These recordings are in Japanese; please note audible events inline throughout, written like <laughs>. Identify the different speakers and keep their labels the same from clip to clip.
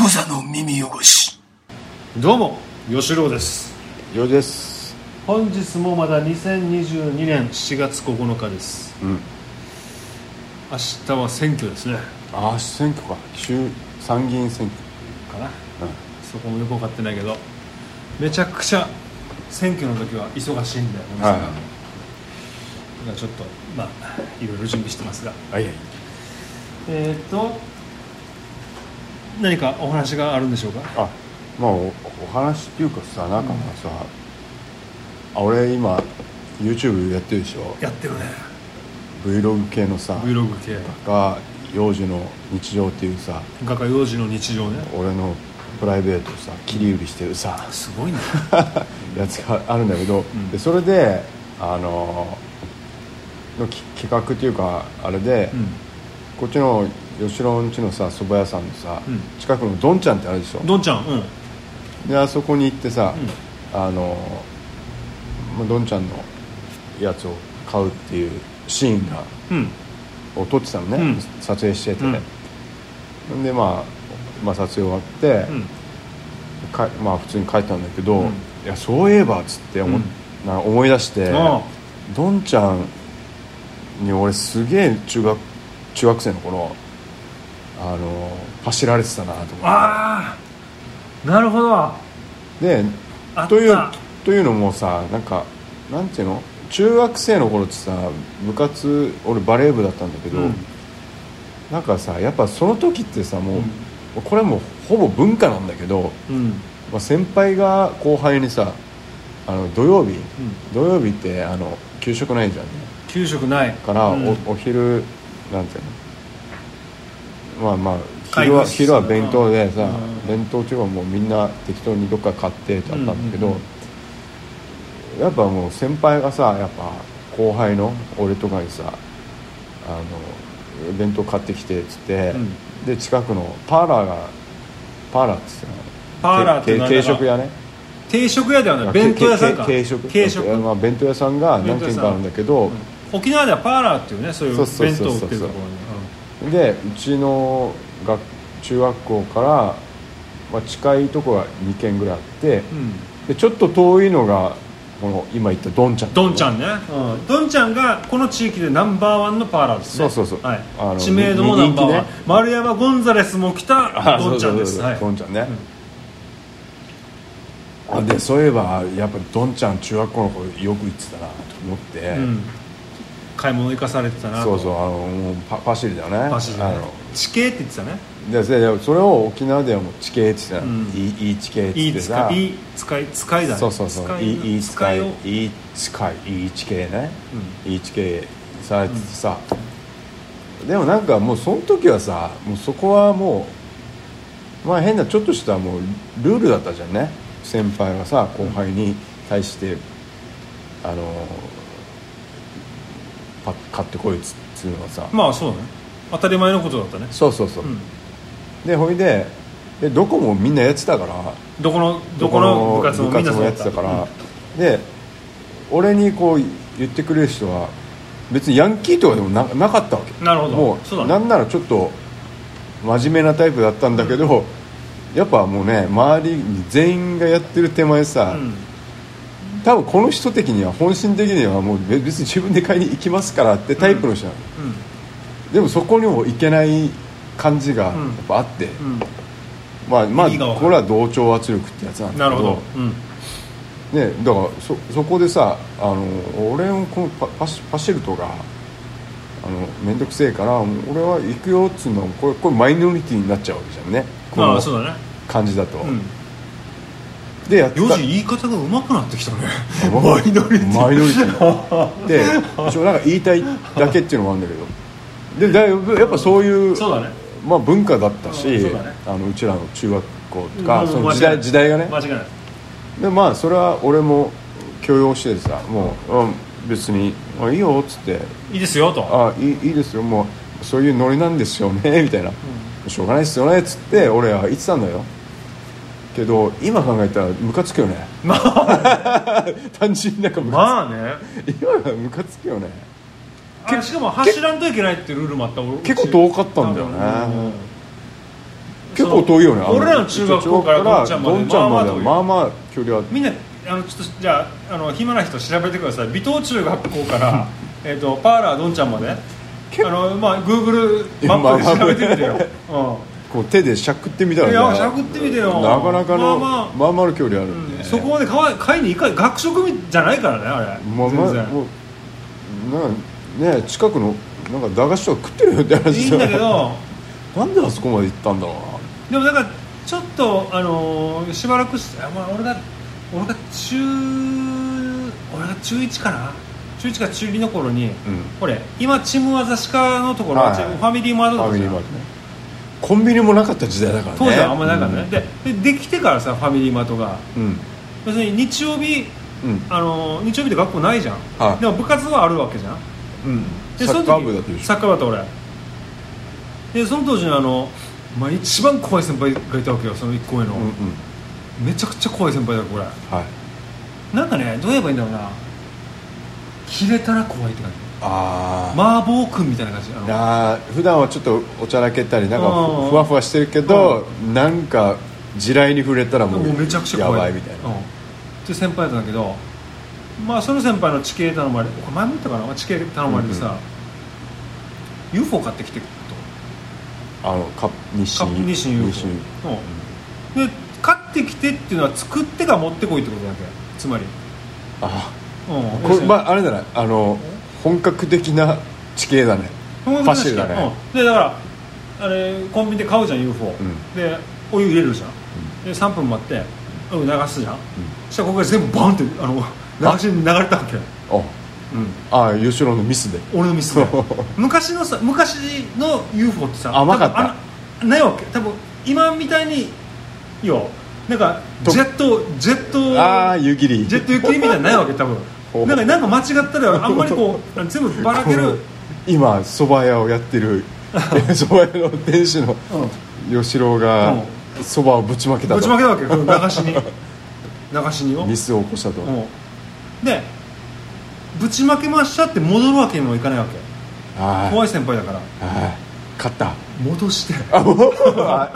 Speaker 1: 無座の耳汚し
Speaker 2: どうも吉郎です
Speaker 3: ようです
Speaker 2: 本日もまだ2022年7月9日です、
Speaker 3: ん
Speaker 2: 明日は選挙ですね
Speaker 3: ああ選挙か衆参議院選挙
Speaker 2: かな、そこもよく分かってないけどめちゃくちゃ選挙の時は忙しいんでお店が、
Speaker 3: はい
Speaker 2: だからちょっとまあいろいろ準備してますが
Speaker 3: はいはい
Speaker 2: えっ、と何かお話があるんでしょうか
Speaker 3: あまあおお話っていうかさなんかさ、あ俺今 YouTube やってるでしょ
Speaker 2: やってるね
Speaker 3: Vlog 系のさ
Speaker 2: Vlog 系
Speaker 3: が幼児の日常っていうさ
Speaker 2: 画家幼児の日常ね
Speaker 3: 俺のプライベートをさ切り売りしてるさ
Speaker 2: すご
Speaker 3: <laughs>
Speaker 2: いね
Speaker 3: やつがあるんだけど、
Speaker 2: ん
Speaker 3: でそれであののき企画っていうかあれで、
Speaker 2: う
Speaker 3: こっちの吉郎んちのさ蕎麦屋さんのさ、
Speaker 2: うん
Speaker 3: 近くのどんちゃんってあるでしょ
Speaker 2: んどんちゃんうん
Speaker 3: であそこに行ってさ、あのまあどんちゃんのやつを買うっていうシーンが
Speaker 2: うん
Speaker 3: を撮ってたのね、
Speaker 2: うん
Speaker 3: 撮影してて、ん、で、まあ、まあ撮影終わって、
Speaker 2: うん
Speaker 3: かまあ普通に帰ったんだけど、
Speaker 2: うん
Speaker 3: いやそういえばっつって思,、
Speaker 2: うん
Speaker 3: なんか思い出して
Speaker 2: あ
Speaker 3: どんちゃんに俺すげえ中学中学生の頃あのパシられてたなと思っ
Speaker 2: ああなるほどあ
Speaker 3: てで
Speaker 2: った
Speaker 3: というというのもさなんかなんていうの中学生の頃ってさ部活俺バレー部だったんだけど、
Speaker 2: うん
Speaker 3: なんかさやっぱその時ってさもう、
Speaker 2: う
Speaker 3: これはもうほぼ文化なんだけど、
Speaker 2: うんうん
Speaker 3: まあ、先輩が後輩にさあの土曜日、土曜日ってあの給食ないじゃんね
Speaker 2: 給食ない
Speaker 3: から、
Speaker 2: うん
Speaker 3: おお昼なんていうのまあまあ
Speaker 2: 買い
Speaker 3: 昼
Speaker 2: ま
Speaker 3: は
Speaker 2: す
Speaker 3: 昼は弁当でさ、
Speaker 2: うん
Speaker 3: 弁当中はもうみんな適当にどっか買ってってあったんだけど、
Speaker 2: うんうん
Speaker 3: やっぱもう先輩がさやっぱ後輩の俺とかにさあの弁当買ってきてっつって、
Speaker 2: うん
Speaker 3: で近くのパーラーがパーラーっつってたの
Speaker 2: パーラーって
Speaker 3: け
Speaker 2: なんだ
Speaker 3: 定食屋ね
Speaker 2: 定食屋ではない弁当屋さんか
Speaker 3: けけ定食
Speaker 2: 定食
Speaker 3: まあ、弁当屋さんが何軒かあるんだけど、
Speaker 2: 沖縄ではパーラーっていうねそういう
Speaker 3: そうそう
Speaker 2: 弁
Speaker 3: そう
Speaker 2: 当
Speaker 3: そう
Speaker 2: 売ってるところに
Speaker 3: でうちの学中学校から、まあ、近いとこが2軒ぐらいあって、
Speaker 2: うんうん
Speaker 3: でちょっと遠いのがこの今言ったドンちゃん
Speaker 2: どんちゃんねうんどんちゃんがこの地域でナンバーワンのパーラーですね
Speaker 3: そうそうそう
Speaker 2: は
Speaker 3: あの
Speaker 2: い知名度もナンバーワン
Speaker 3: 人気ね
Speaker 2: 丸山ゴンザレスも来た
Speaker 3: あ
Speaker 2: どんちゃんです
Speaker 3: そう
Speaker 2: は
Speaker 3: そうそうド
Speaker 2: い
Speaker 3: ンちゃんね、あでそういえばやっぱドンちゃん中学校の頃よく行ってたなと思って、
Speaker 2: うん買い物行かされてたな
Speaker 3: そ
Speaker 2: と
Speaker 3: うそうあのもうパパシリだよね
Speaker 2: マジで
Speaker 3: あの
Speaker 2: 地形って言ってたね
Speaker 3: でそれでそれを沖縄ではもう地形って言ってたの、
Speaker 2: うん
Speaker 3: いいいい地形って言っ
Speaker 2: いい
Speaker 3: て
Speaker 2: 使
Speaker 3: さ
Speaker 2: いいい使い使いだね
Speaker 3: そうそうそう
Speaker 2: 使
Speaker 3: いいいい使い
Speaker 2: を
Speaker 3: いい使いいい地形ね、いい地形されててさ、でもなんかもうその時はさもうそこはもうまあ変なちょっとしたもうルールだったじゃんね先輩がさ後輩に対して、あのパ買ってこいっつつうのはさ、
Speaker 2: まあそうだね当たり前のことだったね
Speaker 3: そうそうそう、
Speaker 2: うん
Speaker 3: でほいででどこもみんなやってたから
Speaker 2: どこのどこの部活もみんなそう
Speaker 3: や
Speaker 2: だっ
Speaker 3: って
Speaker 2: た
Speaker 3: たから、で俺にこう言ってくれる人は別にヤンキーとかでもななかったわけ
Speaker 2: なるほど
Speaker 3: もう
Speaker 2: そうだね
Speaker 3: なんならちょっと真面目なタイプだったんだけど、やっぱもうね周りに全員がやってる手前さ、
Speaker 2: うん
Speaker 3: 多分この人的には本心的にはもうべ別に自分で買いに行きますからってタイプの人なの、でもそこにも行けない感じがやっぱあって、
Speaker 2: うんうん
Speaker 3: まあまあ
Speaker 2: 意味がわかる
Speaker 3: これは同調圧力ってやつなん
Speaker 2: な
Speaker 3: だ
Speaker 2: る
Speaker 3: けど
Speaker 2: ほどうん
Speaker 3: ね、だからそそこでさあの俺のこのパパシパシルトがあの面倒くせえからもう俺は行くよっつうのはこれこれマイノリティになっちゃうわけじゃんねこ
Speaker 2: ま
Speaker 3: の
Speaker 2: あそうだね
Speaker 3: 感じだと、
Speaker 2: うん
Speaker 3: でやった
Speaker 2: よし言い方がうまくなってきたね
Speaker 3: あま
Speaker 2: マイノリティ
Speaker 3: <laughs> マイノリティで一応なんか言いたいだけっていうのもあるんだけどでだいぶやっぱそういう、
Speaker 2: そうだね
Speaker 3: まあ、文化だったし、
Speaker 2: うんそうだね
Speaker 3: あのうちらの中学校と
Speaker 2: う
Speaker 3: か
Speaker 2: ん
Speaker 3: そ
Speaker 2: も
Speaker 3: の
Speaker 2: う
Speaker 3: 時
Speaker 2: 間違いな
Speaker 3: 代
Speaker 2: い
Speaker 3: 時代がね
Speaker 2: 間違いない
Speaker 3: でまあそれは俺も許容してさもう、うん、別に「あいいよ」っつって
Speaker 2: いいです
Speaker 3: 「
Speaker 2: よと
Speaker 3: あいいいいですよもうそういうノリなんですよね」 <laughs> みたいな、しょうがないですよね」っつって俺は言ってたんだよけど今考えたらムカつくよねまあ <laughs> 単純になんかムカ
Speaker 2: まあね
Speaker 3: つく、今はムカつくよね
Speaker 2: あれしかも走らんといけないっていうルールもあった俺
Speaker 3: 結構遠かったんだよね
Speaker 2: うん
Speaker 3: 結構遠いよねあの
Speaker 2: 俺らの中学校からどんちゃんまで
Speaker 3: どんちゃんまで
Speaker 2: まあまあ遠い
Speaker 3: まあまあ距離は
Speaker 2: みんなあのちょっとじゃああの暇な人調べてください尾藤中学校からえーとパーラーどんちゃんまであのまあグーグルマップで調べてみて
Speaker 3: <laughs>
Speaker 2: よ、
Speaker 3: こう手でしゃくってみたら
Speaker 2: いやしゃくってみてよ
Speaker 3: なかなかの
Speaker 2: まあ
Speaker 3: ま
Speaker 2: まあ
Speaker 3: あまあの距離ある
Speaker 2: うんん
Speaker 3: で
Speaker 2: そこまで買い買いに行か学食じゃないからねあれ、
Speaker 3: まあまあ
Speaker 2: 全然
Speaker 3: もうなんかね近くのなんか駄菓子とか食ってるよって話
Speaker 2: いいんだけど
Speaker 3: なんであそこまで行ったんだろう
Speaker 2: でもなんかちょっとあのーしばらくして、あまあ、俺が俺が中俺が中1かな中1か中2の頃に、
Speaker 3: うん
Speaker 2: これ今チムアザシカのところ、
Speaker 3: はいはい
Speaker 2: チムファミリーマート
Speaker 3: な
Speaker 2: だ
Speaker 3: フ
Speaker 2: っ
Speaker 3: ァミ
Speaker 2: たじ
Speaker 3: リー
Speaker 2: ゃ
Speaker 3: マート
Speaker 2: ん
Speaker 3: ねコンビニもなかった時代だからね
Speaker 2: 当時はあんまなかったね
Speaker 3: うん
Speaker 2: ででできてからさファミリーマートが
Speaker 3: うん
Speaker 2: 要するに日曜日
Speaker 3: うん
Speaker 2: あのー日曜日で学校ないじゃん、
Speaker 3: はい
Speaker 2: でも部活はあるわけじゃん
Speaker 3: うんサ
Speaker 2: でその
Speaker 3: ッ
Speaker 2: 時
Speaker 3: カー部だったでし
Speaker 2: サ
Speaker 3: ょ
Speaker 2: ッカー部だった俺でその当時のあの、まあ、一番怖い先輩がいたわけよその1個上の、
Speaker 3: うんうん
Speaker 2: めちゃくちゃ怖い先輩だよこれ
Speaker 3: はい
Speaker 2: なんかねどう言えばいいんだろうな切れたら怖いって感じ
Speaker 3: ああ
Speaker 2: 麻婆君みたいな感じあの
Speaker 3: あー普段はちょっとおちゃらけたりなんか
Speaker 2: うんうん
Speaker 3: ふふわふわしてるけどなんか地雷に触れたらも
Speaker 2: もう
Speaker 3: う
Speaker 2: めちゃくちゃ
Speaker 3: や
Speaker 2: 怖い
Speaker 3: ばいみたいな
Speaker 2: うん、っていう先輩だったんだけどまあその先輩の地形頼まれこれ前も言ったかなまあ地形頼まれてさ、UFO 買ってきてと
Speaker 3: あのカップ日
Speaker 2: カ
Speaker 3: 清
Speaker 2: ップニシン UFO
Speaker 3: 日清
Speaker 2: うんで買ってきてっていうのは作ってが持ってこいってことだけつまり、
Speaker 3: あ
Speaker 2: うん、
Speaker 3: これまああれだねあの本格的な地形だねパシリだね
Speaker 2: うん、でだからあれコンビニで買うじゃん UFO、
Speaker 3: ん
Speaker 2: でお湯入れるじゃん、で3分待ってお湯流すじゃん、そしたらここが全部バンってあの
Speaker 3: あ
Speaker 2: 流しに流れたわけ、
Speaker 3: ああ吉野のミスで
Speaker 2: 俺のミス
Speaker 3: <laughs>
Speaker 2: で昔のさ昔の UFO ってさ
Speaker 3: 甘かった
Speaker 2: 多分あのないわけ多分今みたいによなんか
Speaker 3: と
Speaker 2: ジェットジェット
Speaker 3: ああ湯切り
Speaker 2: ジェット雪みたいなのないわけ多
Speaker 3: ほう
Speaker 2: 分なんかなんか間違ったらあんまりこう全部ばら
Speaker 3: <laughs>
Speaker 2: け
Speaker 3: この
Speaker 2: る
Speaker 3: 今そば屋をやって <laughs> るそば屋の店主の
Speaker 2: うん
Speaker 3: 吉郎がそばをぶちまけた
Speaker 2: ぶ
Speaker 3: と
Speaker 2: ちまけたわけよ流しに流しによ
Speaker 3: ミスを起こしたと
Speaker 2: うんでぶちまけましたって戻るわけにもいかないわけ
Speaker 3: は
Speaker 2: 怖い先輩だか
Speaker 3: い
Speaker 2: ら
Speaker 3: はい勝った
Speaker 2: 戻して
Speaker 3: あも
Speaker 2: <laughs>
Speaker 3: うあ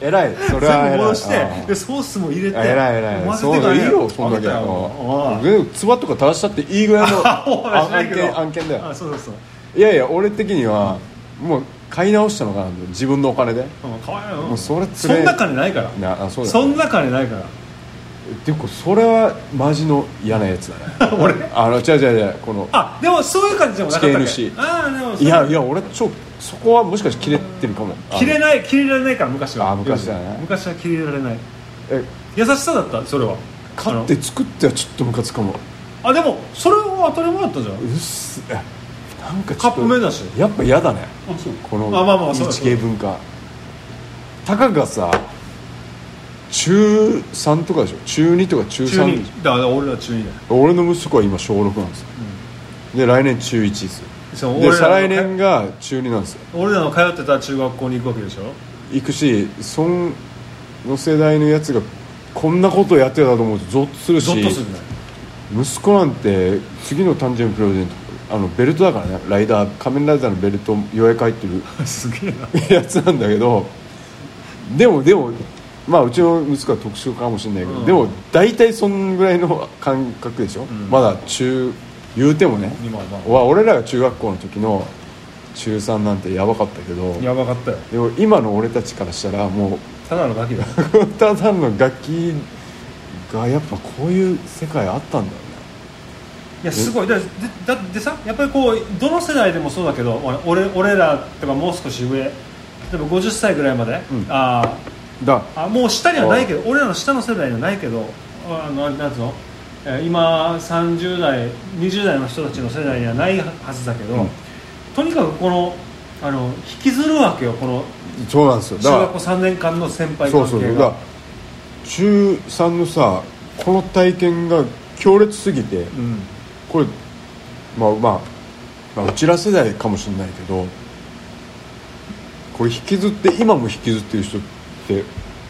Speaker 3: 偉いそれは
Speaker 2: 全
Speaker 3: 偉
Speaker 2: 部
Speaker 3: い
Speaker 2: 戻し
Speaker 3: あ
Speaker 2: てでソースも入れて
Speaker 3: あ偉い偉い
Speaker 2: 混ぜ
Speaker 3: そう
Speaker 2: てか
Speaker 3: だ
Speaker 2: ら
Speaker 3: いいよそんだけ
Speaker 2: あげたよ
Speaker 3: あ
Speaker 2: おい
Speaker 3: でつばとか垂らしたっていいぐらい
Speaker 2: <laughs>
Speaker 3: の
Speaker 2: おい
Speaker 3: あ
Speaker 2: 知らん
Speaker 3: 案
Speaker 2: けど
Speaker 3: 件案件だよ
Speaker 2: あそうそうそう
Speaker 3: いやいや俺的にはもう買い直したのかなと自分のお金で
Speaker 2: うんかわいいよ
Speaker 3: もうそれつ
Speaker 2: そ
Speaker 3: れ
Speaker 2: んな金ないから
Speaker 3: なあそうだ
Speaker 2: そ
Speaker 3: よ
Speaker 2: んな金ないから <laughs>
Speaker 3: でもそれはマジの嫌なやつだね
Speaker 2: 俺
Speaker 3: あの違う違う違うこの
Speaker 2: あでもそういう感じでもなかったっけ
Speaker 3: 地形主
Speaker 2: ああでもそう
Speaker 3: いやいや俺ちょそこはもしかして切れてるかも
Speaker 2: 切れない切れられないから昔は
Speaker 3: あ昔はね
Speaker 2: 昔は切れられない
Speaker 3: あのえ
Speaker 2: 優しさだったそれは
Speaker 3: 買
Speaker 2: あ
Speaker 3: っ
Speaker 2: の
Speaker 3: て作ってはちょっとムカつくかも
Speaker 2: あでもそれは当たり前だったじゃん
Speaker 3: うっすえなんかち
Speaker 2: カ
Speaker 3: ょ
Speaker 2: ッ
Speaker 3: っ
Speaker 2: プ麺
Speaker 3: と
Speaker 2: だし
Speaker 3: やっぱ嫌だね
Speaker 2: あそう
Speaker 3: この
Speaker 2: あまあまあそうだ
Speaker 3: HK 文化たかがさ中3とかでしょ中2とか中
Speaker 2: 中
Speaker 3: 3
Speaker 2: 二だから俺ら中二だよ
Speaker 3: 俺の息子は今小6なんですよ、で来年中1ですよ
Speaker 2: そう
Speaker 3: で
Speaker 2: 俺ら
Speaker 3: 再来
Speaker 2: の
Speaker 3: 年が中2なんですよ
Speaker 2: 俺らの通ってた中学校に行くわけでしょ
Speaker 3: 行くしその世代のやつがこんなことやってたと思うとゾッとするし
Speaker 2: ゾッとするね
Speaker 3: 息子なんて次の誕生日プレゼントあのベルトだからねライダー仮面ライダーのベルト予約入って
Speaker 2: <laughs> すげえな
Speaker 3: る <laughs> やつなんだけどでもでもまあうちの息子は特殊かもしれないけど、
Speaker 2: うん
Speaker 3: でも大体そんぐらいの感覚でしょ、
Speaker 2: ん
Speaker 3: まだ中言うてもね
Speaker 2: 今はまあ
Speaker 3: わ俺らが中学校の時の中3なんてやばかったけど
Speaker 2: やばかったよ
Speaker 3: でも今の俺たちからしたらもう
Speaker 2: ただのガキだよ <laughs>
Speaker 3: ただの楽器がやっぱこういう世界あったんだよね
Speaker 2: いやすごいだでだでさやっぱりこうどの世代でもそうだけど俺俺俺らとかもう少し上例えば50歳ぐらいまで、
Speaker 3: うん
Speaker 2: あ
Speaker 3: だ
Speaker 2: ーあもう下にはないけど俺らの下の世代にはないけどあのなんつうのえー今30代20代の人たちの世代にはないはずだけど、
Speaker 3: うん
Speaker 2: とにかくこのあの引きずるわけよこの
Speaker 3: そうなんですよ
Speaker 2: 中
Speaker 3: だ
Speaker 2: 学校
Speaker 3: か
Speaker 2: 3年間の先
Speaker 3: ら
Speaker 2: 輩
Speaker 3: そ
Speaker 2: 関
Speaker 3: うそう
Speaker 2: 係
Speaker 3: だから
Speaker 2: が
Speaker 3: 中3のさこの体験が強烈すぎて
Speaker 2: うん
Speaker 3: これまあまあ、まあ、うちら世代かもしれないけどこれ引きずって今も引きずってる人って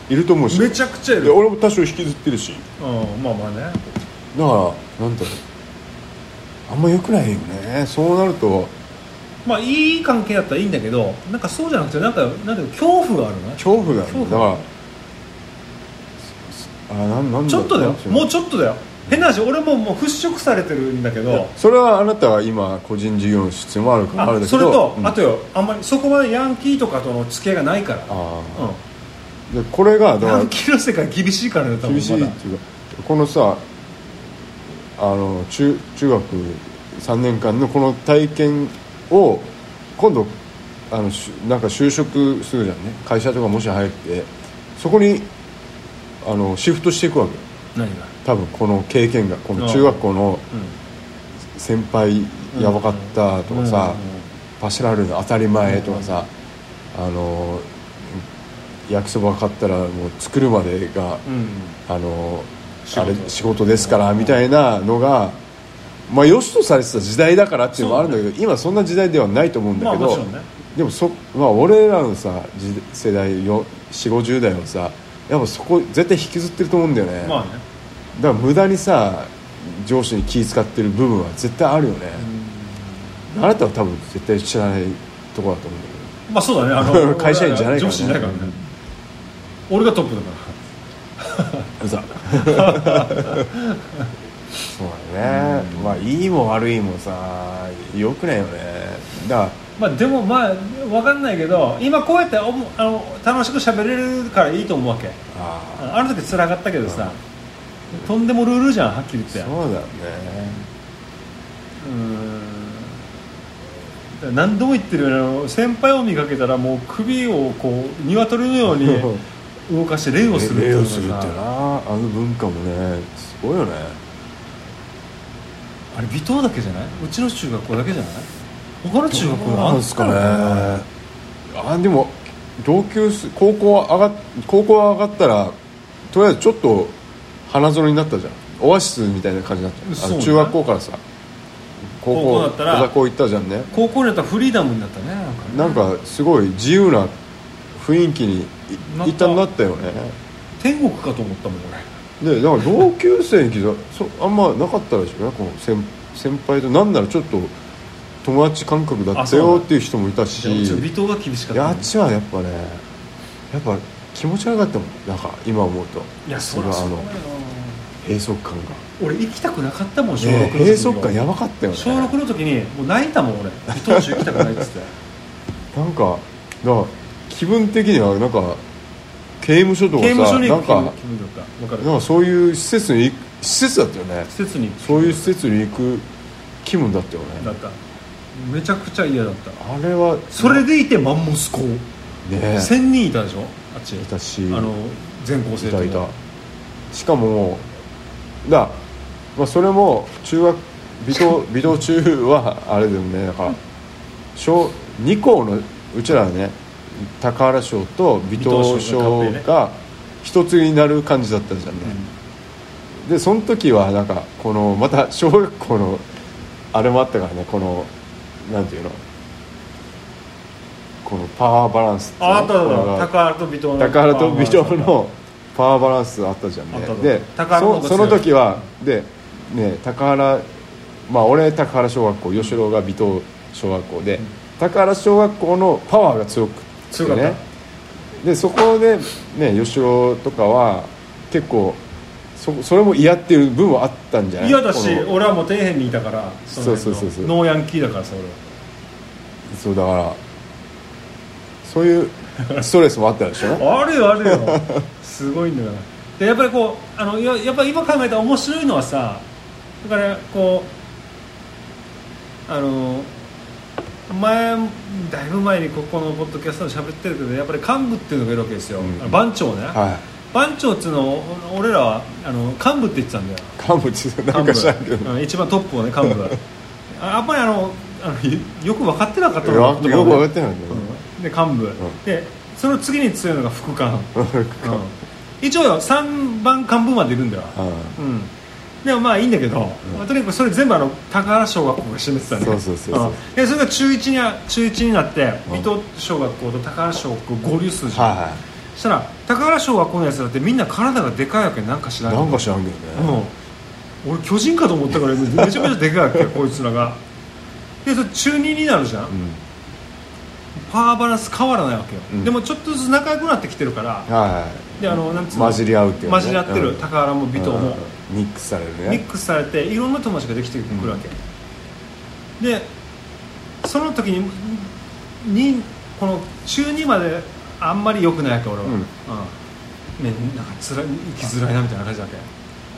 Speaker 3: いると思うし
Speaker 2: めちゃくちゃい
Speaker 3: で
Speaker 2: る、うん、
Speaker 3: 俺も多少引きずってるし
Speaker 2: まあまあね
Speaker 3: だからなんだろうあんま良くないよねそうなると
Speaker 2: まあいい関係だったらいいんだけどなんかそうじゃなくてなんかなんか恐怖があるな
Speaker 3: 恐怖だよね
Speaker 2: 恐
Speaker 3: だ
Speaker 2: 怖
Speaker 3: からあなんなん
Speaker 2: ちょっとだよ
Speaker 3: なんていうの
Speaker 2: もうちょっとだよ変な話俺ももう払拭されてるんだけど
Speaker 3: それはあなたは今個人事業の必要もあるからある
Speaker 2: あ
Speaker 3: だけど
Speaker 2: それと、
Speaker 3: うん
Speaker 2: あとよあんまりそこまでヤンキーとかとの付き合いがないから、
Speaker 3: あー
Speaker 2: う
Speaker 3: でこれがだ
Speaker 2: ん、
Speaker 3: か
Speaker 2: ヤ
Speaker 3: ら
Speaker 2: ンキーの世界厳しいからね多分
Speaker 3: 厳しい
Speaker 2: ま
Speaker 3: っ
Speaker 2: だ
Speaker 3: ていうかこのさあの中中学3年間のこの体験を今度あのしなんか就職するじゃんね会社とかもし入ってそこにあのシフトしていくわけよ
Speaker 2: 何が、
Speaker 3: 多分この経験がこの中学校の先輩やばかったとかさ、
Speaker 2: うんうんうん
Speaker 3: パシラルの当たり前とかさ、あの焼きそば買ったらもう作るまでが、
Speaker 2: うんうん
Speaker 3: あの
Speaker 2: 仕
Speaker 3: 仕事あ
Speaker 2: 事
Speaker 3: れ仕事ですからみたいなのが、まあ、良しとされてた時代だからっていうのもあるんだけど、今そんな時代ではないと思うんだけ
Speaker 2: まあも
Speaker 3: ど、
Speaker 2: ちろんね
Speaker 3: でもそ、まあ、俺らのさ時世代よ4 5 0代はさやっぱそこ絶対引きずってると思うんだよね、
Speaker 2: まあ
Speaker 3: だか
Speaker 2: ね、
Speaker 3: ら無駄にさ上司に気使ってる部分は絶対あるよね、あなたは多分絶対知らないとこだと思うんだけど
Speaker 2: まあそうだねあの
Speaker 3: <laughs> 会社員じゃないからね
Speaker 2: 上司じゃないからね、俺がトップだから
Speaker 3: うざ <laughs> そうだね、まあいいも悪いもさよくないよねだか
Speaker 2: まあ、でもまあ分かんないけど今こうやっておもあの楽しく喋れるからいいと思うわけ
Speaker 3: らあ
Speaker 2: あの時つらかったけどさ、とんでもルールじゃんはっきり
Speaker 3: あ
Speaker 2: 言っ
Speaker 3: そ
Speaker 2: て
Speaker 3: う
Speaker 2: う
Speaker 3: だね
Speaker 2: ーん何度も言ってるような先輩を見かけたらもう首をこう鶏のように動かして礼をするってい
Speaker 3: 礼
Speaker 2: うの
Speaker 3: を
Speaker 2: が
Speaker 3: す
Speaker 2: さ
Speaker 3: るってなあの文化もねすごいよね
Speaker 2: あれ微糖だけじゃないうちの中学校だけじゃない他の中学校
Speaker 3: なんですかねあでも同級生高校は上がっ高校は上がったらとりあえずちょっと花園になったじゃんオアシスみたいな感じになったじゃんあ
Speaker 2: そう
Speaker 3: の
Speaker 2: ね
Speaker 3: 中学校からさ高
Speaker 2: 高校
Speaker 3: 校
Speaker 2: だったら
Speaker 3: 小田高行ったじゃんね
Speaker 2: 高校になったらフリーダムになったねなんかね
Speaker 3: なんかすごい自由な雰囲気に
Speaker 2: なった
Speaker 3: い一旦なったよね
Speaker 2: 天国かと思ったもん俺
Speaker 3: でだから同級生に聞いたらそあんまなかったらしくねこの先先輩となんならちょっと友達感覚だ
Speaker 2: あ
Speaker 3: った
Speaker 2: そうなん
Speaker 3: よ
Speaker 2: だ
Speaker 3: っていう人もいたし
Speaker 2: いやうちの微糖が厳しか
Speaker 3: い
Speaker 2: った
Speaker 3: や
Speaker 2: ね、
Speaker 3: あっちはやっぱねやっぱ気持ち悪かったもんなんか今思うと
Speaker 2: いやそりゃ
Speaker 3: そ
Speaker 2: そう
Speaker 3: れ
Speaker 2: だ
Speaker 3: はあ
Speaker 2: よ
Speaker 3: の閉塞感が、
Speaker 2: 俺行きたくなかったもん小
Speaker 3: ね
Speaker 2: 6の
Speaker 3: 閉
Speaker 2: 時
Speaker 3: 塞感や
Speaker 2: よ
Speaker 3: ばかったよね
Speaker 2: 小6の時にもう泣いた
Speaker 3: <laughs>
Speaker 2: もん俺伊藤中行きたくないっつって
Speaker 3: なんかだから気分的にはなんか刑務所とか
Speaker 2: 刑務所
Speaker 3: さ
Speaker 2: に
Speaker 3: な
Speaker 2: 行
Speaker 3: ん
Speaker 2: く気分
Speaker 3: か
Speaker 2: 気分だったわか
Speaker 3: なん
Speaker 2: る
Speaker 3: かそういう施設に行く施設だったよね
Speaker 2: 施設に行く
Speaker 3: そういう施設に行く気分だったよ
Speaker 2: だ
Speaker 3: ね
Speaker 2: っためちゃくちゃ嫌だった
Speaker 3: あれは
Speaker 2: それでいてマンモス校、
Speaker 3: ね
Speaker 2: 1000人いたでしょあっち
Speaker 3: いたし
Speaker 2: あの全校
Speaker 3: い
Speaker 2: 生徒
Speaker 3: たいたしかもだ、まあ、それも中学微
Speaker 2: <laughs>
Speaker 3: 動微動中はあれだよねだから小2校のうちらはね高原賞と微動賞が一つになる感じだったじゃんね、でその時はなんかこのまた小学校のあれもあったからねこのなんていうのこのパワーバランスっていうの
Speaker 2: ああったあ
Speaker 3: これ
Speaker 2: っ
Speaker 3: が
Speaker 2: た高原と微糖の
Speaker 3: 高原と美女のパワーバランスあったじゃん
Speaker 2: あ
Speaker 3: ね
Speaker 2: ったあった
Speaker 3: で
Speaker 2: 高原の方が
Speaker 3: そ
Speaker 2: 強い
Speaker 3: その時はでね高原まあ俺高原小学校吉郎が美東小学校で、高原小学校のパワーが強くて、ね、
Speaker 2: 強かった
Speaker 3: でそこでね吉郎とかは結構そそれも嫌っていう部分はあったんじゃない
Speaker 2: 嫌だし
Speaker 3: この
Speaker 2: 俺はもう底辺にいたからの辺の
Speaker 3: そうそうそうそう
Speaker 2: ノーヤンキーだからさ俺は
Speaker 3: そうだからそういうストレスもあったでしょね
Speaker 2: あるよあるよすごいんだからでやっぱりこうあのややっぱり今考えたら面白いのはさだからこうあの前だいぶ前にここのポッドキャストで喋ってるけどやっぱり幹部っていうのがいるわけですよ、
Speaker 3: ん
Speaker 2: <laughs> あの番長ね、
Speaker 3: は
Speaker 2: 番長っつうのをお俺らはあの幹部って言ってたんだよ
Speaker 3: い幹部ちなんか知らんけど
Speaker 2: 幹部うん一番トップをね幹
Speaker 3: <laughs>
Speaker 2: 部があやっぱりあのあのよく分かってなかったの
Speaker 3: よくよく分かってないんだよね
Speaker 2: うんで幹部、でその次に強いのが副官、うん一応よ3番幹部までいるんだよ、
Speaker 3: う
Speaker 2: うんでもまあいいんだけど、まあとにかくそれ全部あの高原小学校が占めてたね
Speaker 3: そうそうそうそうん
Speaker 2: でそれが中1にあ中一になって、
Speaker 3: ん
Speaker 2: 伊藤小学校と高原小学校合流するじ
Speaker 3: ん
Speaker 2: ゃん、
Speaker 3: は
Speaker 2: そしたら高原小学校のやつだってみんな体がでかいわけなんかし
Speaker 3: い
Speaker 2: な
Speaker 3: はいい
Speaker 2: の
Speaker 3: なんか知らんけどね
Speaker 2: うん、俺巨人かと思ったからめちゃめちゃでかいわけこいつらがでそれ中2になるじゃん、
Speaker 3: うん
Speaker 2: パワーバランス変わらないわけよ、
Speaker 3: うん
Speaker 2: でもちょっとずつ仲良くなってきてるから
Speaker 3: は
Speaker 2: であのなんつう
Speaker 3: い
Speaker 2: の
Speaker 3: 混じり合うっていうね
Speaker 2: 混じり合ってる、
Speaker 3: うん
Speaker 2: 高原も尾藤も、
Speaker 3: うんミックスされるね
Speaker 2: ミックスされていろんな友達ができてくるわけ、でその時ににこの中2まであんまり良くないわけ俺は、
Speaker 3: うん
Speaker 2: うんね、なんかつらい生きづらいなみたいな感じだわ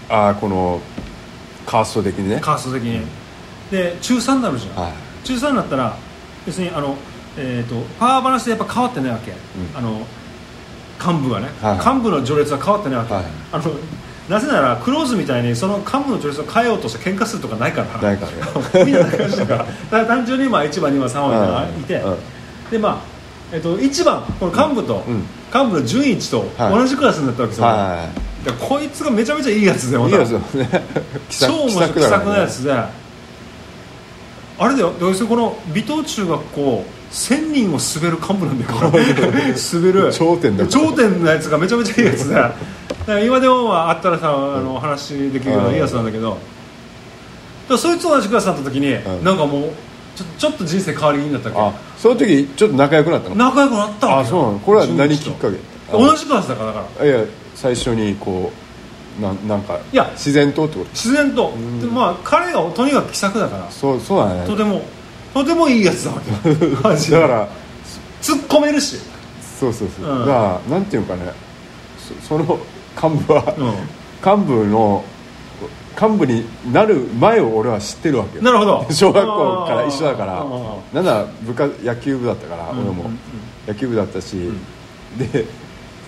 Speaker 2: け
Speaker 3: ああこのカースト的にね
Speaker 2: カースト的に、で中3になるじゃん、
Speaker 3: はい
Speaker 2: 中3になったら別にあの、えー、とパワーバランスでやっぱ変わってないわけ、あの幹部はね、
Speaker 3: はい
Speaker 2: 幹部の序列は変わってないわけ、
Speaker 3: はい
Speaker 2: あのなぜならクローズみたいにその幹部の序列を変えようとして喧嘩するとかないから
Speaker 3: ないからね
Speaker 2: <laughs> みんな仲良し
Speaker 3: <laughs>
Speaker 2: だからだから単純に今1番2番3番みたいなのがいて、
Speaker 3: うんうん
Speaker 2: でまあ、えー、と1番この幹部と、
Speaker 3: うん
Speaker 2: 幹部の順位と
Speaker 3: はい
Speaker 2: 同じクラスになったわけですよ、
Speaker 3: は
Speaker 2: だからこいつがめちゃめちゃいいやつで
Speaker 3: いいいやつだもんね <laughs> 気さ
Speaker 2: 超面白い気
Speaker 3: だ
Speaker 2: さ
Speaker 3: か
Speaker 2: く
Speaker 3: ら
Speaker 2: な
Speaker 3: ね
Speaker 2: やつであれだよ要するにこの尾藤中学校1000人を滑る幹部なんだよこの滑る
Speaker 3: 頂点だよ
Speaker 2: 頂点のやつがめちゃめちゃいいやつでだから今でもはあったらさあの話できるようないいやつなんだけどだからそいつと同じクラスだった時に、
Speaker 3: うん
Speaker 2: なんかもうちょちょっと人生変わり気味だったっ
Speaker 3: あ
Speaker 2: け
Speaker 3: その時ちょっと仲良くなったの
Speaker 2: 仲良くなったわ
Speaker 3: あ
Speaker 2: けよ
Speaker 3: そうなのこれは何きっかけ
Speaker 2: 同じクラスだからだから
Speaker 3: あいや最初にこうなんなんか
Speaker 2: いや
Speaker 3: 自然とってこと
Speaker 2: 自然と、でまあ彼がとにかく気さくだから
Speaker 3: そうそうだね
Speaker 2: とてもとてもいいやつだわけよマジで
Speaker 3: <laughs> だから
Speaker 2: 突っ込めるし、
Speaker 3: そうそうそう、
Speaker 2: う
Speaker 3: だ
Speaker 2: ん
Speaker 3: からなんていうのかねそその <laughs> 幹部は、
Speaker 2: う
Speaker 3: 幹部の幹部になる前を俺は知ってるわけよ
Speaker 2: ん、なるほど
Speaker 3: <laughs> 小学校から一緒だか
Speaker 2: あ
Speaker 3: ら
Speaker 2: ーあ
Speaker 3: なんなら部活野球部だったから
Speaker 2: うん
Speaker 3: 俺
Speaker 2: うんう
Speaker 3: も
Speaker 2: ん
Speaker 3: 野球部だったしで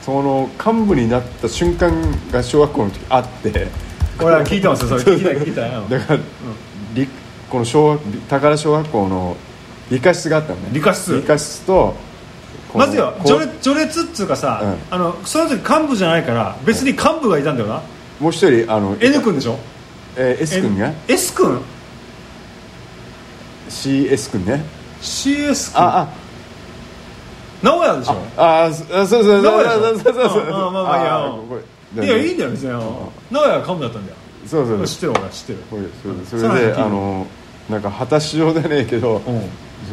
Speaker 3: その幹部になった瞬間が小学校の時あって
Speaker 2: ー俺は聞いてますよ
Speaker 3: <laughs>
Speaker 2: それ聞いた聞いたうん
Speaker 3: だから理この小学宝小学校の理科室があったのね
Speaker 2: 理科室
Speaker 3: 理科室とこの
Speaker 2: まずよ
Speaker 3: こう
Speaker 2: 序列序列っつうかさ、
Speaker 3: う
Speaker 2: あのその時幹部じゃないから別に幹部がいたんだよな、
Speaker 3: もう一人あの
Speaker 2: N 君でしょ
Speaker 3: えー S 君が
Speaker 2: N- S 君
Speaker 3: CS 君ね
Speaker 2: CS 君
Speaker 3: あ
Speaker 2: 直哉でしょ
Speaker 3: あああそうそうそうそう
Speaker 2: 名古屋
Speaker 3: そうそうそうそう
Speaker 2: うんうんまあまあいや
Speaker 3: あーこれ
Speaker 2: いやいいんだよ別に直哉が幹部だったんだよ
Speaker 3: そうそう
Speaker 2: 知ってる俺は知ってる
Speaker 3: これそ
Speaker 2: うん
Speaker 3: れそれで
Speaker 2: さらに聞いて
Speaker 3: あのなんか果たし状じゃねえけど、
Speaker 2: うん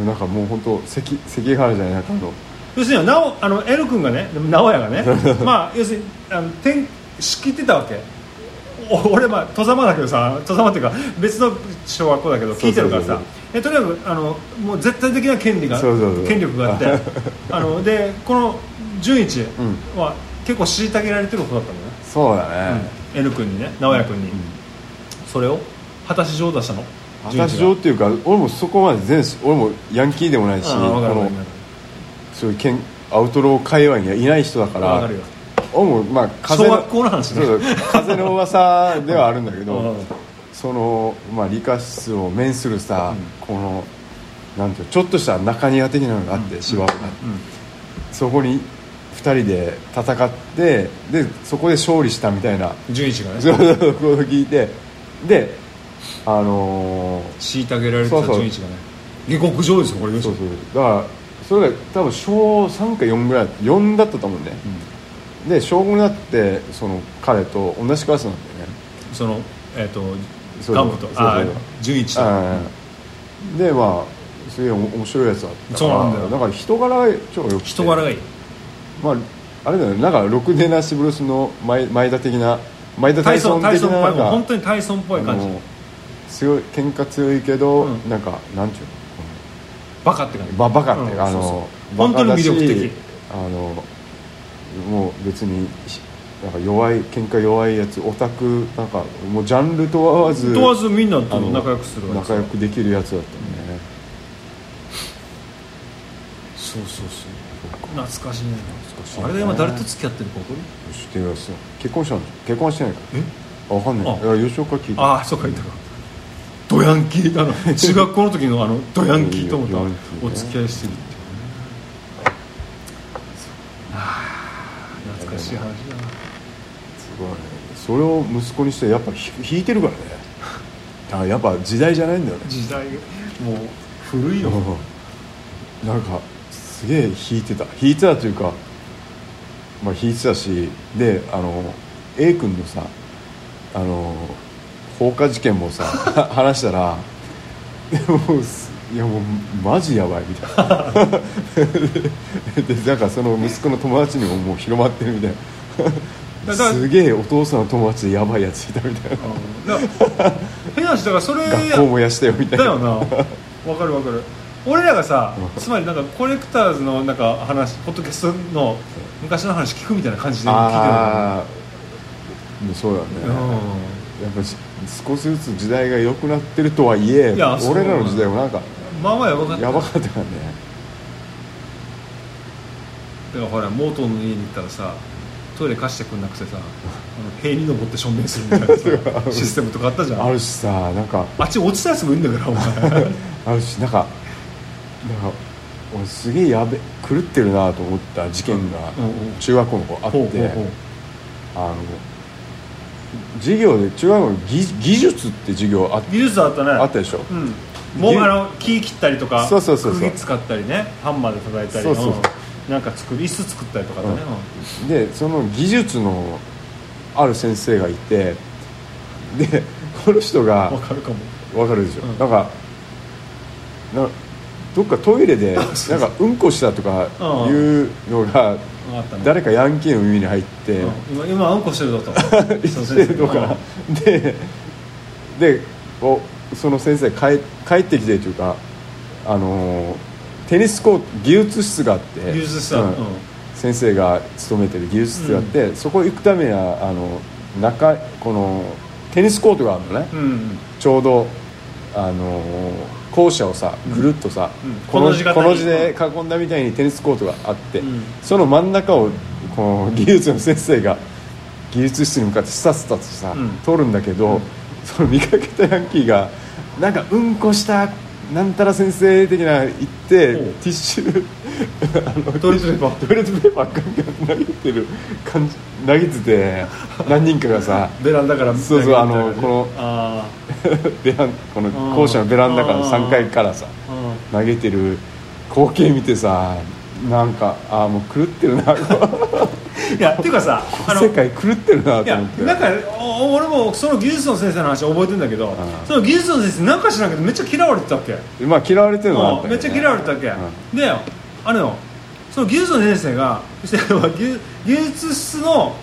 Speaker 3: なんかもう本当関関ヶ原じゃないなんかあの
Speaker 2: 要するになおあの L 君がねでも直哉
Speaker 3: <laughs>
Speaker 2: がねまあ要するにあの天仕切ってたわけお俺まあ戸様だけどさ戸様っていうか別の小学校だけど
Speaker 3: そうそうそう
Speaker 2: 聞いてるからさえとにかくあのもう絶対的な権利が
Speaker 3: そうそうそう
Speaker 2: 権力があって
Speaker 3: <laughs>
Speaker 2: あのでこの純一は結構虐げられてる方だったのね、
Speaker 3: そうだね、
Speaker 2: うん N 君にね直哉君に、それを果たし状を出したの
Speaker 3: 果たし状っていうか俺もそこまで全然俺もヤンキーでもないし
Speaker 2: ああ分か
Speaker 3: こ
Speaker 2: る分
Speaker 3: の
Speaker 2: かる
Speaker 3: そういうけんアウトロー界隈にはいない人だか
Speaker 2: 分からるよ
Speaker 3: 俺もまあ風
Speaker 2: 小学校の話ね
Speaker 3: そうそう風の噂ではあるんだけ
Speaker 2: う
Speaker 3: ど
Speaker 2: ん
Speaker 3: その、まあ、理科室を面するさ、このなんていうのちょっとした中庭的なのがあって、芝生が、そこに2人で戦ってでそこで勝利したみたいな
Speaker 2: 純一がね
Speaker 3: そういうことを聞いてであのー
Speaker 2: 虐げられてた
Speaker 3: そうそう
Speaker 2: 純一がね下克上ですよこれ
Speaker 3: そうそうだからそれが多分小3か4ぐらい4だったと思うんね、で小5になってその彼と同じクラスなんだよね
Speaker 2: そのえっ、と
Speaker 3: そう
Speaker 2: 幹部と
Speaker 3: そうそう
Speaker 2: あー純一と
Speaker 3: うんでまあすげえお面白いやつだったから
Speaker 2: そうなんだよ
Speaker 3: だから人柄が超よくて
Speaker 2: 人柄がいい
Speaker 3: まああれだよねなんかろくでなしブルスの前前田的な前田
Speaker 2: タ
Speaker 3: 大
Speaker 2: イソン
Speaker 3: 孫
Speaker 2: タイ
Speaker 3: 的
Speaker 2: ソンっ
Speaker 3: なな
Speaker 2: ぽ
Speaker 3: いん
Speaker 2: もう
Speaker 3: か
Speaker 2: 本当にタイソンっぽい感じ
Speaker 3: あの強い喧嘩強いけど、
Speaker 2: うん
Speaker 3: なんかなんていうのこの
Speaker 2: バカって感じ
Speaker 3: ババカって、
Speaker 2: うん
Speaker 3: あ
Speaker 2: そう
Speaker 3: の
Speaker 2: そう本当
Speaker 3: バ
Speaker 2: に
Speaker 3: カだし
Speaker 2: 魅力的
Speaker 3: あのもう別になんか弱い喧嘩弱いやつオタクなんかもうジャンル問わず
Speaker 2: 問わずみんな
Speaker 3: あ
Speaker 2: と
Speaker 3: の
Speaker 2: 仲良くするわけ
Speaker 3: 仲良くできるやつだったね
Speaker 2: そうそうそう懐かしいね
Speaker 3: 懐かしいね
Speaker 2: あれが今誰と付き合ってるか分かる
Speaker 3: 知ってるやつだ結婚したの結婚はしてないか
Speaker 2: え
Speaker 3: ら分かんない
Speaker 2: あ
Speaker 3: いや吉岡聞いた
Speaker 2: ああそうか言ったかドヤンキーだな中学校の時のあのドヤンキーとも
Speaker 3: ドヤンキーね
Speaker 2: お付き合いしてるっていうねああ懐かしい話だな
Speaker 3: すごいねそれを息子にしてやっぱひ引いてる
Speaker 2: <laughs>
Speaker 3: からねだからやっぱ時代じゃないんだよね
Speaker 2: 時代もう古いよ
Speaker 3: うんなんかすげえ弾いてた弾いてたというかまあ弾いてたしであの A 君のさ <laughs> あの放火事件もさ話したらでもすいやもうマジやばいみたいな <laughs> でなんかその息子の友達にももう広まってるみたいな
Speaker 2: だから
Speaker 3: すげえお父さんの友達でやばいやついたみたいな
Speaker 2: だから変な話だからそれ
Speaker 3: 学校燃やしたよみたい
Speaker 2: だよ
Speaker 3: な
Speaker 2: なわかるわかる俺らがさ
Speaker 3: う
Speaker 2: つまりなんかコレクターズのなんか話ポッドキャストの昔の話聞くみたいな感じで聞いてるか
Speaker 3: ああーそうだね
Speaker 2: らうん
Speaker 3: やっぱし少しずつ時代が良くなってるとはいえ
Speaker 2: いやそう
Speaker 3: 俺らの時代もなんか
Speaker 2: まあまあやばかった
Speaker 3: やばかったからね
Speaker 2: だからほらモートンの家に行ったらさトイレ貸してくんなくてさあの塀に登って証明するみたい
Speaker 3: <laughs>
Speaker 2: なさシステムとかあったじゃん
Speaker 3: あるしさなんか
Speaker 2: あっち落ちたやつもいるんだか
Speaker 3: <laughs>
Speaker 2: らお前
Speaker 3: あるしなんかなんか俺すげえやべ狂ってるなと思った事件が
Speaker 2: うんうん
Speaker 3: 中学校の子あって、
Speaker 2: ほうほうほう
Speaker 3: あの授業で中学校の技技術って授業あ
Speaker 2: 技術あったね
Speaker 3: あったでしょ
Speaker 2: うんもう
Speaker 3: ぎゅ
Speaker 2: あの木切ったりとか
Speaker 3: そうそうそうそう
Speaker 2: 釘使ったりねハンマーで叩いたり
Speaker 3: そうそうん
Speaker 2: なんか作る椅子作ったりとかだね、
Speaker 3: うんでその技術のある先生がいてでこの人が
Speaker 2: わかるかも
Speaker 3: わかるでしょ、
Speaker 2: うん
Speaker 3: なんかなどっかトイレ
Speaker 2: <laughs>
Speaker 3: でなん
Speaker 2: そうそう
Speaker 3: かうんこしたとか
Speaker 2: う
Speaker 3: い
Speaker 2: ん
Speaker 3: うのが
Speaker 2: あったね
Speaker 3: 誰かヤンキーの耳に入って、 <laughs>
Speaker 2: うん今今うんこしてるぞと
Speaker 3: してるのかででおその先生帰帰ってきてというかあのーテニスコート技術室があって
Speaker 2: 技術室
Speaker 3: う
Speaker 2: だ
Speaker 3: ん
Speaker 2: うん
Speaker 3: 先生が勤めてる技術室があって、そこ行くためにはあの中このテニスコートがあるのね、
Speaker 2: うんうん
Speaker 3: ちょうどあのー校舎をさぐるっとさ、
Speaker 2: うん
Speaker 3: この
Speaker 2: この字型
Speaker 3: こ
Speaker 2: に
Speaker 3: の字で囲んだみたいにテニスコートがあって、
Speaker 2: うん
Speaker 3: その真ん中をこの技術の先生が技術室に向かってスタスタとさ、
Speaker 2: うん
Speaker 3: 通るんだけど、その見かけたヤンキーがなんかうんこしたなんたら先生的な言って
Speaker 2: おう
Speaker 3: ティッシュあの
Speaker 2: トイレットペーパー
Speaker 3: トイレットペーパーガンガン投げてる感じ投げてて何人かがさ
Speaker 2: ベランダから
Speaker 3: そうそうあの
Speaker 2: みたいな感じ
Speaker 3: この
Speaker 2: あ
Speaker 3: ベランこの
Speaker 2: うん
Speaker 3: 校舎のベランダから
Speaker 2: うん
Speaker 3: 3階からさ
Speaker 2: あうん
Speaker 3: 投げてる光景見てさなんかああもう狂ってるな
Speaker 2: いやっていうかさあの
Speaker 3: 世界狂ってるないと
Speaker 2: や
Speaker 3: 思って
Speaker 2: なんかお俺もその技術の先生の話覚えてんだけど
Speaker 3: ん
Speaker 2: その技術の先生なんか知らんけどめっちゃ嫌われてたっけ
Speaker 3: まあ嫌われてるのはあった
Speaker 2: めっちゃ嫌われてたっけ、であれよその技術の先生が <laughs> そして技技術室の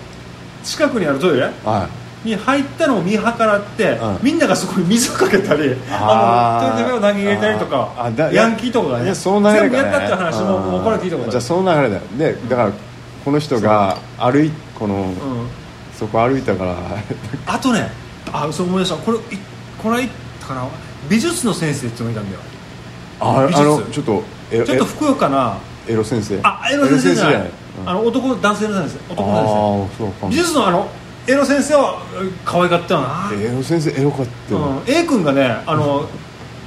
Speaker 2: 近くにあるトイレ
Speaker 3: は
Speaker 2: に入ったのを見計らって、
Speaker 3: うん
Speaker 2: みんながそこに水をかけたり
Speaker 3: あー
Speaker 2: あのトイレを投げ入れたりとか
Speaker 3: あーあだ
Speaker 2: ヤンキーとかが
Speaker 3: いい
Speaker 2: ね
Speaker 3: やその流れ
Speaker 2: 全部
Speaker 3: が、
Speaker 2: や
Speaker 3: ね、
Speaker 2: ったっていう話ももうこれは聞いたこ
Speaker 3: う
Speaker 2: と
Speaker 3: んじゃ
Speaker 2: ある
Speaker 3: あその流れだよでだからこの人が歩いこの
Speaker 2: うん
Speaker 3: そこ歩いたから
Speaker 2: あとねあそう思い出したこれいこれはいったかな美術の先生っていうのがいたんだ
Speaker 3: あ
Speaker 2: よ美術
Speaker 3: あのちょっとエロ
Speaker 2: ちょっとふくよかな
Speaker 3: エロ先生
Speaker 2: あエロ先生じゃない
Speaker 3: うん
Speaker 2: あの男男性の先生男の先生
Speaker 3: ああそうかも
Speaker 2: 美術のあのエロ先生はうん可愛かったよな、
Speaker 3: エロ先生エロかった
Speaker 2: う
Speaker 3: よ
Speaker 2: ん、A 君がねあの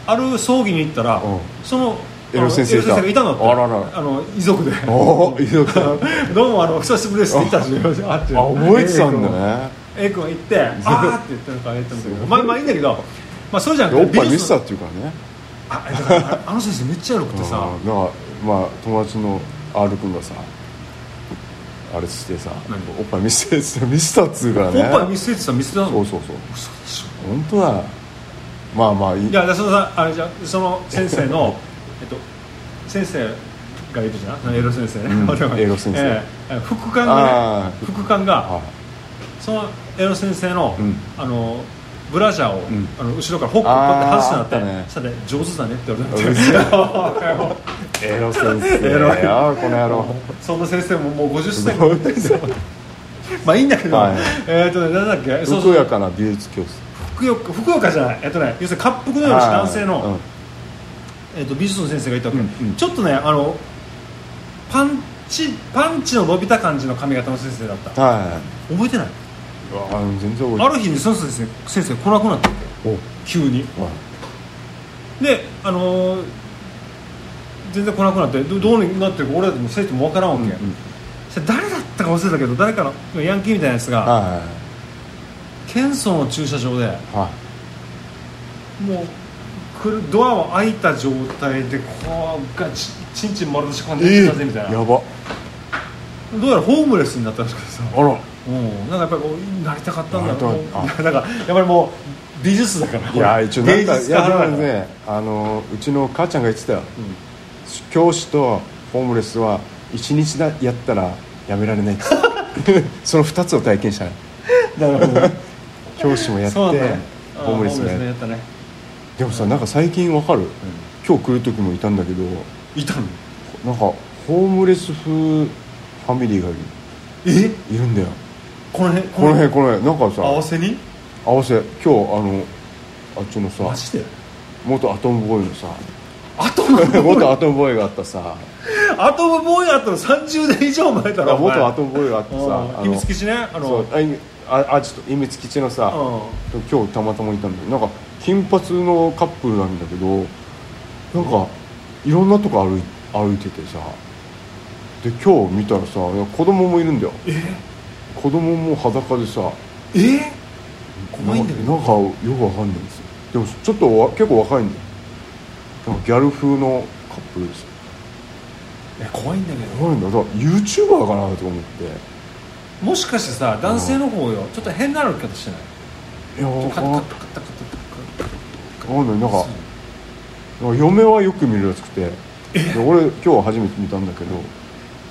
Speaker 2: ある葬儀に行ったら、
Speaker 3: うん
Speaker 2: その
Speaker 3: エロ先生いた
Speaker 2: あのエロ先生がいたんだって
Speaker 3: あらら
Speaker 2: あの遺族で
Speaker 3: おー遺族
Speaker 2: <laughs> どうもあの久しぶりですって言ったんですよあって
Speaker 3: あ覚えてたんだね
Speaker 2: A 君が行ってあーって言ったのかあれ言った
Speaker 3: <laughs>
Speaker 2: んだけどまあまあいいんだけどまあそれじゃな
Speaker 3: で
Speaker 2: く
Speaker 3: お
Speaker 2: て
Speaker 3: っぱい
Speaker 2: 美
Speaker 3: 見せ
Speaker 2: 術
Speaker 3: た
Speaker 2: の
Speaker 3: っていうからね
Speaker 2: あだからあの先生めっちゃエロく
Speaker 3: <laughs>
Speaker 2: てさ
Speaker 3: あーなんかまあ友達の R 君がさあれしてさ
Speaker 2: 何
Speaker 3: おっぱい見せて見せたっつうから
Speaker 2: おっ
Speaker 3: ね
Speaker 2: ぱい見せてさ見せた
Speaker 3: そ
Speaker 2: の
Speaker 3: うそうそう
Speaker 2: 嘘でしょ
Speaker 3: 本当だまあまあいい
Speaker 2: いやでそのさあれじゃその先生のえっと先生がいるじゃんエロ先生ね、
Speaker 3: うん
Speaker 2: <laughs> 俺は
Speaker 3: エロ先生
Speaker 2: ええ副官
Speaker 3: あ
Speaker 2: がね
Speaker 3: ー
Speaker 2: 副官が
Speaker 3: あ
Speaker 2: そのエロ先生の、
Speaker 3: うん
Speaker 2: あのブラジャーを、
Speaker 3: ん
Speaker 2: あの後ろからホックホックって外したんだって
Speaker 3: あーあったね
Speaker 2: したらね上手だねって言わ
Speaker 3: うる
Speaker 2: れ
Speaker 3: せえ
Speaker 2: たんだって
Speaker 3: エロ先生
Speaker 2: エロい
Speaker 3: よこの野郎
Speaker 2: <laughs> その先生ももう50歳超えてるんですよ <laughs> まあいいんだけど、
Speaker 3: はい
Speaker 2: えっ、とねなんだっけそ
Speaker 3: ふ
Speaker 2: う
Speaker 3: く
Speaker 2: そう
Speaker 3: やかな美術教室
Speaker 2: 福岡福岡じゃないえっとね要するに滑覆のように男性の、
Speaker 3: はい
Speaker 2: えっと美術の先生がいたわけ、
Speaker 3: うんうん
Speaker 2: ちょっとねあのパンチパンチの伸びた感じの髪型の先生だった
Speaker 3: うんは
Speaker 2: 覚えてない
Speaker 3: いあの全然
Speaker 2: あ
Speaker 3: 覚
Speaker 2: る日にその先生先生来なくなったわけ
Speaker 3: えてる
Speaker 2: 急に
Speaker 3: おはい
Speaker 2: であのー全然来なくなってどどうになってるか俺だってもう生徒も分からんわけ、
Speaker 3: うんうん
Speaker 2: それ誰だったか忘れたけど誰かのヤンキーみたいなやつが
Speaker 3: は
Speaker 2: 県層の駐車場で
Speaker 3: いはい
Speaker 2: もうくるドアを開いた状態でこうガチチンチン丸出し込んできたぜみたい
Speaker 3: や
Speaker 2: な、
Speaker 3: ば
Speaker 2: どうやらホームレスになったらしくてさ
Speaker 3: あら
Speaker 2: <laughs> うん、なんかやっぱりこうなりたかったんだろう
Speaker 3: なりたかった
Speaker 2: なんかやっぱりもう美術だから
Speaker 3: いや一応なんか
Speaker 2: 芸
Speaker 3: い
Speaker 2: 術家
Speaker 3: やでも
Speaker 2: 派だ <laughs> から
Speaker 3: ねあのうちの母ちゃんが言ってたよ、教師とホームレスは一日だやったらやめられないっつって
Speaker 2: <laughs>
Speaker 3: その2つを体験したの
Speaker 2: なるほど
Speaker 3: 教師もやって
Speaker 2: そうだねあ
Speaker 3: ホームレスもやっ
Speaker 2: ホ
Speaker 3: て
Speaker 2: ーやったね
Speaker 3: でもさなんか最近わかる、今日来る時もいたんだけど
Speaker 2: いたの
Speaker 3: なんかホームレス風ファミリーがいる
Speaker 2: え
Speaker 3: いるんだよ
Speaker 2: この辺
Speaker 3: この辺この辺なんかさ
Speaker 2: 合わせに
Speaker 3: 合わせ今日あのあっちのさ
Speaker 2: マジで
Speaker 3: 元アトムボーイのさ <laughs>
Speaker 2: ア <laughs> トム
Speaker 3: 元アトムボーイがあったさ
Speaker 2: アトムボーイだったの30年以上前だろお前
Speaker 3: 元アトムボーイがあって
Speaker 2: う
Speaker 3: さ
Speaker 2: ん秘密基地ねあ
Speaker 3: あの
Speaker 2: の
Speaker 3: そうあいみああちょっと秘密基地のさ
Speaker 2: う
Speaker 3: 今日たまたまいたんだけどなんか金髪のカップルなんだけどなんかいろんなとこ歩い歩いててさで今日見たらさ子供もいるんだよ子供も裸でさ
Speaker 2: ええ怖いんだけど
Speaker 3: ななんかよくわかんないんですよでもちょっとわ結構若いんだよなんかギャル風のカップルですよ
Speaker 2: え怖いんだけど
Speaker 3: 怖いんだだから YouTuber かなと思って
Speaker 2: もしかしてさ男性の方よちょっと変な歩き方してない
Speaker 3: いやわ
Speaker 2: カ
Speaker 3: か
Speaker 2: ッ
Speaker 3: んな
Speaker 2: カ
Speaker 3: い
Speaker 2: ッカッカッカッ
Speaker 3: なん
Speaker 2: カッ
Speaker 3: かなんか嫁はよく見るらしくてで俺今日初めて見たんだけど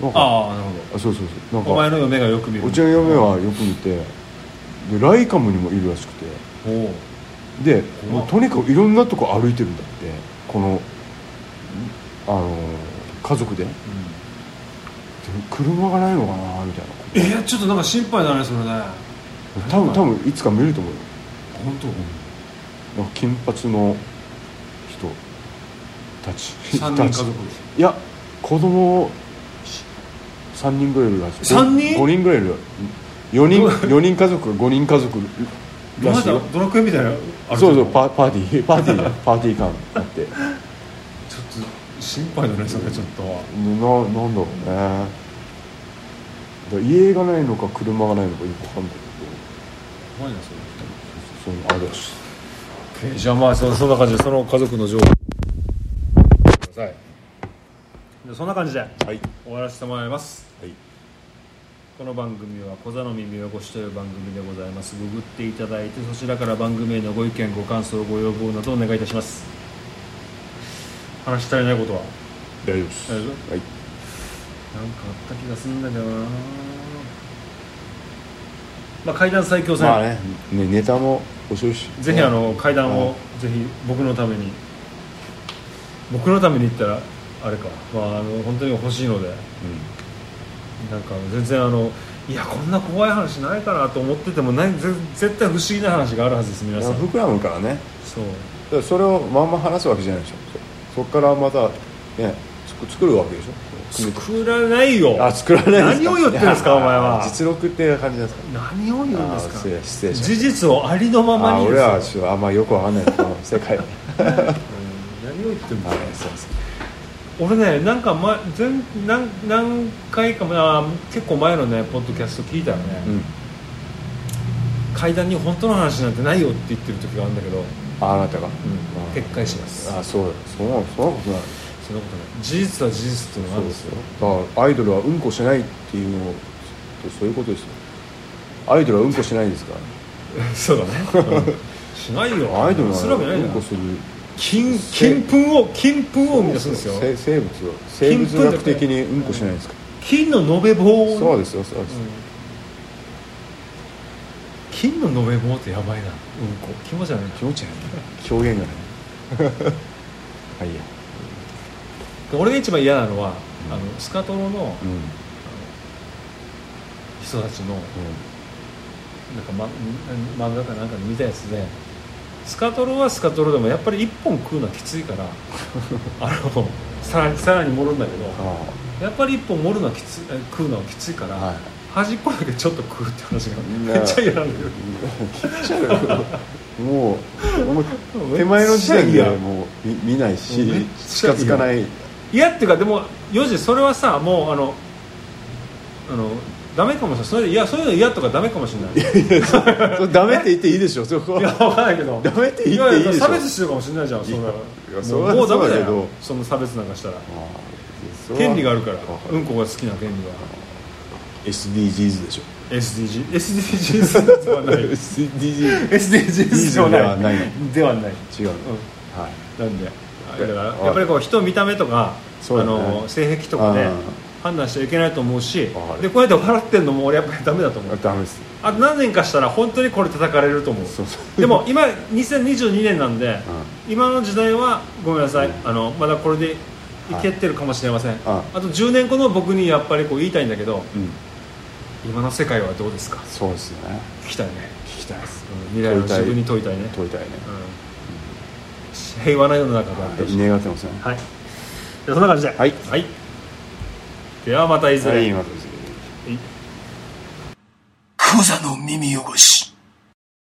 Speaker 3: なんか
Speaker 2: ああなるほ
Speaker 3: あそうそうそうなん
Speaker 2: どお前
Speaker 3: か
Speaker 2: の嫁がよく見る
Speaker 3: うちの嫁はよく見てでライカムにもいるらしくて
Speaker 2: おう
Speaker 3: で
Speaker 2: 怖
Speaker 3: も
Speaker 2: っ
Speaker 3: うとにかくいろんなとこ歩いてるんだってこのあの家族でで車がないのかなみたいな
Speaker 2: えーちょっとなんか心配だねそれね
Speaker 3: 多分多分いつか見ると思うよ
Speaker 2: 本当
Speaker 3: なんか金髪の人たち
Speaker 2: 三人家族
Speaker 3: たちいや子供3人ぐらいいるらしい
Speaker 2: 三人
Speaker 3: ?5 人ぐらいいる4人四人家族5人家族
Speaker 2: ど
Speaker 3: ら
Speaker 2: な
Speaker 3: しい
Speaker 2: た
Speaker 3: よ
Speaker 2: ドラクエみたいなあれ
Speaker 3: そうそう
Speaker 2: ちょっ
Speaker 3: パパーティーパーティーだパーティー感あってな
Speaker 2: と心配だねそれちょっと
Speaker 3: なんだろうねだから家がないのか車がないのかよくわかんない
Speaker 2: 怖いなそ
Speaker 3: けどそういうのあるらしい
Speaker 2: れじゃあまあそそんな感じでその家族の情報くださいでそんな感じで
Speaker 3: はい
Speaker 2: 終わらせてもらいます
Speaker 3: はい
Speaker 2: この番組は「小座の耳汚し」という番組でございますググっていただいてそちらから番組へのご意見ご感想ご要望などお願いいたします話し足りないことは
Speaker 3: 大丈夫です
Speaker 2: 大
Speaker 3: は
Speaker 2: 丈
Speaker 3: い
Speaker 2: なんかあった気がするんだけどなまあ階段最強戦、
Speaker 3: まあねねネタも募集し
Speaker 2: ぜひあの階段
Speaker 3: は
Speaker 2: をぜひ僕のために僕のために言ったらあれかまああの本当に欲しいので
Speaker 3: う
Speaker 2: なんか全然あのいやこんな怖い話ないかなと思っててもないぜ絶対不思議な話があるはずです
Speaker 3: ん
Speaker 2: 皆
Speaker 3: い
Speaker 2: さ
Speaker 3: や
Speaker 2: ん
Speaker 3: 膨らむからね
Speaker 2: そう
Speaker 3: だからそれをまんま話すわけじゃないでしょそそこからまたね作作るわけでしょ組み
Speaker 2: 作らないよ
Speaker 3: あ作らない
Speaker 2: 何を言ってるんですか
Speaker 3: いや
Speaker 2: お前は
Speaker 3: 実録って感じなんですか
Speaker 2: 何を言うんです
Speaker 3: あ
Speaker 2: か
Speaker 3: 失礼失礼しまし
Speaker 2: 事実をありのま
Speaker 3: た
Speaker 2: ま
Speaker 3: あ
Speaker 2: に
Speaker 3: 俺は
Speaker 2: です
Speaker 3: ちょ
Speaker 2: よ
Speaker 3: っとあんまよくわかんないこの
Speaker 2: <laughs>
Speaker 3: 世界あ
Speaker 2: うん何を言ってんだ
Speaker 3: そうです
Speaker 2: 俺ねなんか前前何何回か前あー結構前のねポッドキャスト聞いたらね、
Speaker 3: うん
Speaker 2: 階段に本当の話なんてないよって言ってる時があるんだけど
Speaker 3: ああなたが、うん、
Speaker 2: 撤回します
Speaker 3: あそうだそうなのそんなことない
Speaker 2: そんなことない事実は事実っていうの
Speaker 3: そ
Speaker 2: があ
Speaker 3: う
Speaker 2: るん
Speaker 3: で
Speaker 2: です
Speaker 3: す
Speaker 2: よ
Speaker 3: よだからアイドルはうんこしないっていうのをそういうことですよアイドルはうんこしないですか
Speaker 2: そうだね、うんしないよ
Speaker 3: らアイドルは
Speaker 2: するわけない
Speaker 3: うん
Speaker 2: じゃ
Speaker 3: こ
Speaker 2: ん
Speaker 3: する
Speaker 2: 金金粉を金粉を生み出すんですよ
Speaker 3: せ生物を生物学的にうんこしないですか
Speaker 2: 金の延べ棒を
Speaker 3: そうですよそうです、
Speaker 2: うん金の延べ棒ってやばいなうんこ肝じゃない
Speaker 3: 気持ち悪い表現がないはいいや
Speaker 2: 俺が一番嫌なのは、あのスカトロの
Speaker 3: うんうん
Speaker 2: 人たちのなんか、ま、漫画かなんかで見たやつでスカトロはスカトロでもやっぱり一本食うのはきついから
Speaker 3: <laughs>
Speaker 2: あのさらにさらに盛るんだけど
Speaker 3: あ
Speaker 2: やっぱり一本盛るのはきついえ食うのはきついから、
Speaker 3: あはい
Speaker 2: 端っこだけちょっと食うって話が
Speaker 3: ね
Speaker 2: めっちゃ嫌なんだけど
Speaker 3: 気持ち悪いもうもう手前の時点でもう見見ないし
Speaker 2: めっちゃ
Speaker 3: 近
Speaker 2: 嫌
Speaker 3: づかない
Speaker 2: 嫌っていうかでも4時それはさもうあのあのダメかもしれないそれいやそういうの嫌とかダメかもしれないい
Speaker 3: それダメって言っていいでしょそこ
Speaker 2: や
Speaker 3: は
Speaker 2: 分かんないけど
Speaker 3: ダメって言
Speaker 2: や
Speaker 3: っていい
Speaker 2: や
Speaker 3: でしょ
Speaker 2: 差別してるかもしれないじゃんそんない
Speaker 3: やそれ
Speaker 2: も
Speaker 3: は
Speaker 2: うもうダ
Speaker 3: そう
Speaker 2: メだ
Speaker 3: だけ
Speaker 2: よ
Speaker 3: ど
Speaker 2: その差別なんかしたら
Speaker 3: ああそれは
Speaker 2: 権利があるから
Speaker 3: わか
Speaker 2: うんこが好きな権利は
Speaker 3: SDGs でしょ
Speaker 2: SDGSDGs ではない
Speaker 3: SDGs
Speaker 2: SDGs では
Speaker 3: ではな
Speaker 2: ないいではない
Speaker 3: 違う、
Speaker 2: う
Speaker 3: はい
Speaker 2: なんであだから
Speaker 3: はい
Speaker 2: やっぱりこう人見た目とか、
Speaker 3: そう
Speaker 2: あ
Speaker 3: だね
Speaker 2: の性癖とかで
Speaker 3: うん
Speaker 2: 判断しちゃいけないと思うし
Speaker 3: わかる
Speaker 2: でこうやって笑ってんのも俺やっぱりダメだと思
Speaker 3: あ
Speaker 2: う
Speaker 3: ダメです
Speaker 2: あと何年かしたら本当にこれ叩かれると思う
Speaker 3: そうそう
Speaker 2: でも今2022年なんで、今の時代はごめんなさい、あのまだこれでいけてるかもしれません、あと10年後の僕にやっぱりこう言いたいんだけど
Speaker 3: うん、うん、
Speaker 2: 今の世界はどうですか
Speaker 3: そうですね
Speaker 2: 聞きたいね、
Speaker 3: 聞きたいです
Speaker 2: うん未来の自分に問いたいね
Speaker 3: 問いたいね
Speaker 2: うん、平和な世の中であってほしい、
Speaker 3: 願ってますね
Speaker 2: はい、じゃあそんな感じでは
Speaker 3: はい
Speaker 2: はい、ではまたいずれ、
Speaker 3: はい今です
Speaker 1: クザの耳汚し